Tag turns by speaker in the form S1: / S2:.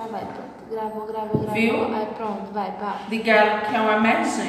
S1: Momento. Gravou, gravou, gravou.
S2: Viu?
S1: Aí pronto, vai, pá.
S2: Diga ela que é uma emergência.